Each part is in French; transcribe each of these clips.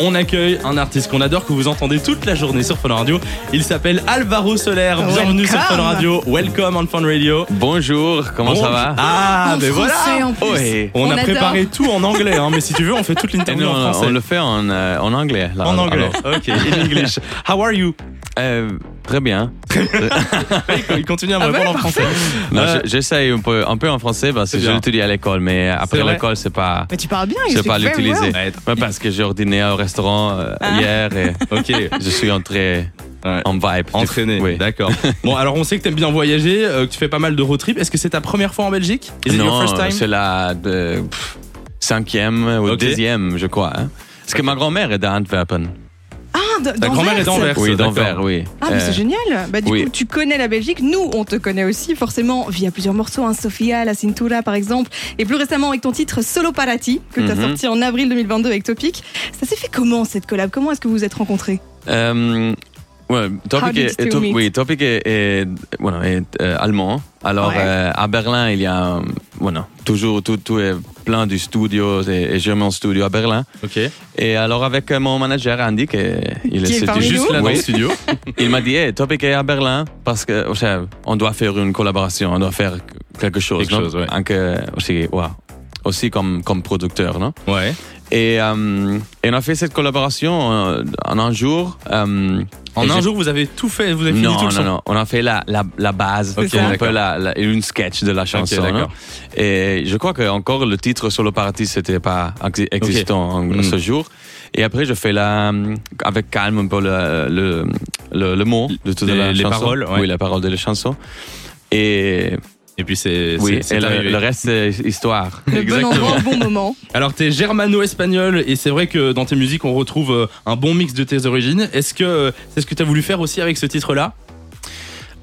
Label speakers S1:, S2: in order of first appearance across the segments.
S1: On accueille un artiste qu'on adore, que vous entendez toute la journée sur Fun Radio. Il s'appelle Alvaro Soler. Bienvenue sur Fun
S2: Ah, Welcome.
S1: Radio. Welcome on Fun Radio.
S3: Bonjour, comment
S1: Bon-
S3: ça va
S1: Ah,
S2: En
S1: mais voilà
S2: français, en plus.
S3: Ouais.
S1: On,
S2: On
S1: a
S2: adore.
S1: préparé tout en anglais, hein, mais si tu veux, on fait toute
S3: Eh
S1: l'interview
S3: non,
S1: en
S3: on,
S1: français.
S3: le fait en, euh, en anglais. là,
S1: En
S3: alors.
S1: anglais. Ok, in English. How are you
S3: Euh, très bien.
S1: Il continue à me
S2: Ah ouais,
S1: répondre en français.
S3: Non,
S1: Euh,
S3: je- J'essaye un peu, un peu en français parce
S1: C'est
S3: que je
S1: bien.
S3: l'étudie à l'école, mais après
S1: vrai
S3: l'école, c'est pas.
S2: Mais tu parles bien,
S3: Je
S2: il
S3: sais pas
S2: speak very
S3: l'utiliser.
S2: well.
S3: Mais parce que j'ai ordonné au restaurant euh,
S2: Ah.
S3: hier et
S1: Ok.
S3: je suis entré
S1: Ouais.
S3: en vibe.
S1: Entraîné,
S3: Oui.
S1: d'accord. Bon, alors on sait que t'aimes bien voyager, euh, que tu fais pas mal de road trip. Est-ce que c'est ta première fois en Belgique Is it your
S3: Non,
S1: first time
S3: c'est la de- pff, cinquième ou
S1: Ok.
S3: deuxième, je crois. hein. Parce que ma grand-mère est d'Antwerpen.
S2: Ah, d-
S1: Ta grand-mère est
S2: d'Anvers.
S1: d'Anvers.
S3: Oui,
S1: d'accord.
S3: d'Anvers, oui.
S2: Ah, mais
S3: Euh,
S2: c'est génial. Bah, du
S3: oui.
S2: coup, tu connais la Belgique. Nous, on te connaît aussi, forcément, via plusieurs morceaux. Hein, Sofia, La Cintura, par exemple. Et plus récemment, avec ton titre Solo Parati, que tu as
S3: Mhm.
S2: sorti en avril 2022 avec Topic. Ça s'est fait comment, cette collab Comment est-ce que vous vous êtes rencontrés
S3: Euh, ouais,
S2: How
S3: Topic,
S2: did
S3: est,
S2: you
S3: est- Top-
S2: meet?
S3: oui, Topic est, est- bueno, est, euh, allemand. Alors
S2: Ouais.
S3: euh, à Berlin, il y a euh, bueno, toujours tout, tout est plein de studios et, et j'ai mon studio à Berlin.
S1: Ok.
S3: Et alors avec euh, mon manager Andy, qui est- il
S2: Qui est
S3: c'était
S2: parmi
S3: juste
S2: nous.
S3: là dans le
S1: Oui.
S3: studio, il m'a dit hey, Topic est à Berlin parce que o sea, on doit faire une collaboration, on doit faire quelque chose,
S1: Quelque
S3: non?
S1: chose, ouais.
S3: En que- aussi, ouais, aussi comme comme producteur, non?
S1: Ouais.
S3: Et, euh, et on a fait cette collaboration euh, en un jour. euh,
S1: En
S3: et
S1: un
S3: j'ai-
S1: jour, vous avez tout fait, vous avez fini
S3: non,
S1: tout le
S3: non,
S1: son.
S3: non. On a fait la, la, la base,
S1: Ok,
S3: qui est un
S1: d'accord.
S3: peu la, la- une sketch de la chanson.
S1: d'accord.
S3: non et je crois que encore le titre Solo Party, c'était pas exi- existant en-
S1: Mm.
S3: ce jour. Et après, je fais la, avec calme un peu le, le, le, le mot de toute
S1: Les-
S3: la
S1: les
S3: chanson.
S1: paroles, ouais.
S3: Oui, la parole de la chanson. Et,
S1: Et puis c'est.
S3: oui,
S1: c'est- c'est
S3: et le,
S1: arrivé.
S3: le reste, c'est histoire.
S2: Le
S1: Exactement.
S2: bon endroit, au bon moment.
S1: Alors t'es germano-espagnol et c'est vrai que dans tes musiques on retrouve euh, un bon mix de tes origines. Est-ce que euh, c'est ce que t'as voulu faire aussi avec ce titre-là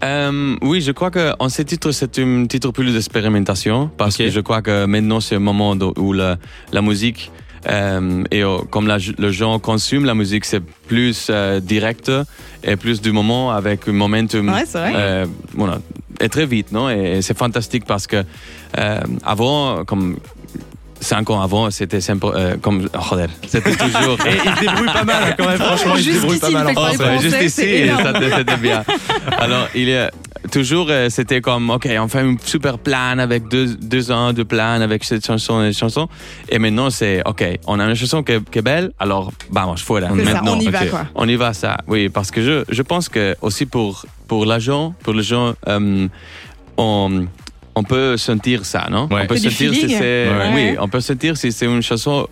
S3: Euh, oui, je crois que en ce titre, c'est un titre plus d'expérimentation parce
S1: Ok.
S3: que je crois que maintenant c'est le moment de- où la, la musique euh, et euh, comme la, le gens consument la musique, c'est plus euh, direct et plus du moment avec un momentum.
S2: Ouais, c'est vrai.
S3: euh, voilà, et très vite, non Et, et c'est fantastique parce que euh, avant, comme cinq ans avant, c'était simple, euh, comme joder, c'était toujours.
S1: Et il se débrouille pas mal hein, quand même, franchement, il se
S2: Jusqu'ici,
S1: débrouille pas
S2: il
S1: mal.
S2: fait
S1: en
S2: parler
S1: français.
S2: français.
S3: juste ici,
S2: c'est
S3: et
S2: énorme.
S3: ça, c'était bien. Alors, il est toujours, euh, c'était comme, ok, on fait une super plan avec deux, deux ans de plan avec cette chanson et chanson. Et maintenant, c'est, ok, on a une chanson qui est, qui est belle, alors, vamos, fuera.
S2: C'est ça,
S3: Maintenant,
S2: on y va,
S3: ok.
S2: quoi.
S3: On y va, ça. Oui, parce que je, je pense que aussi pour, pour l'agent, pour les gens, euh, on, on peut sentir ça, non?
S1: Ouais.
S3: On peut
S2: C'est du
S3: sentir si
S2: feeling.
S3: c'est,
S2: Ouais.
S3: oui, on peut sentir si c'est une chanson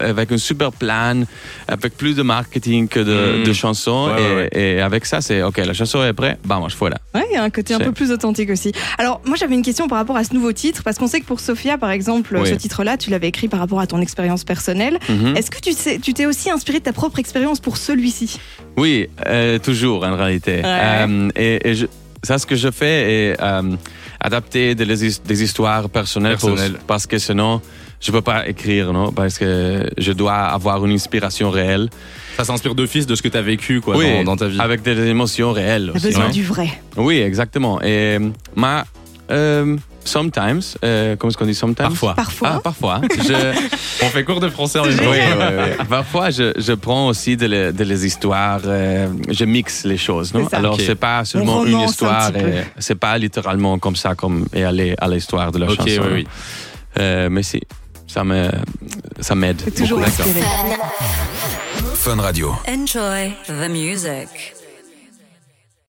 S3: avec un super plan, avec plus de marketing que de,
S1: Mm.
S3: de chansons.
S1: Ouais,
S3: et,
S1: ouais,
S3: et avec ça, c'est OK, la chanson est prête, bah, moi, je fais là.
S2: Ouais, il y a un côté un
S3: C'est-
S2: peu plus authentique aussi. Alors, moi, j'avais une question par rapport à ce nouveau titre, parce qu'on sait que pour Sofia, par exemple,
S3: Oui.
S2: ce titre-là, tu l'avais écrit par rapport à ton expérience personnelle.
S3: Mhm.
S2: Est-ce que tu sais- tu t'es aussi inspiré de ta propre expérience pour celui-ci
S3: Oui, euh, toujours, en réalité. Euh, et et je- ça, ce que je fais est euh, adapter de les his- des histoires personnelles, pour-
S1: Personnelles.
S3: parce que sinon, je peux pas écrire, non? Parce que je dois avoir une inspiration réelle.
S1: Ça s'inspire de fils de ce que t'as vécu quoi,
S3: Oui, Ah,
S1: dans, dans ta vie.
S3: Avec des émotions réelles.
S2: T'as
S3: aussi,
S2: besoin
S3: non?
S2: bah, du vrai.
S3: Oui, exactement. Et ma euh, sometimes, euh, comment est-ce qu'on dit sometimes
S1: Parfois.
S2: Parfois.
S3: Ah, parfois. Je,
S1: On fait cours de français en même
S3: oui,
S1: temps.
S3: oui, oui. Parfois, je, je prends aussi de les, de les histoires, euh, je mixe les choses. Non
S2: C'est ça.
S3: Alors,
S1: Ok.
S3: c'est pas seulement une
S2: romance un
S3: histoire,
S2: petit peu.
S3: et c'est pas littéralement comme ça, comme et aller à l'histoire de la
S1: Ok,
S3: chanson.
S1: oui, oui.
S3: Euh, mais si, ça me, ça m'aide.
S2: C'est toujours
S3: beaucoup.
S2: inspiré.
S4: Enjoy the music.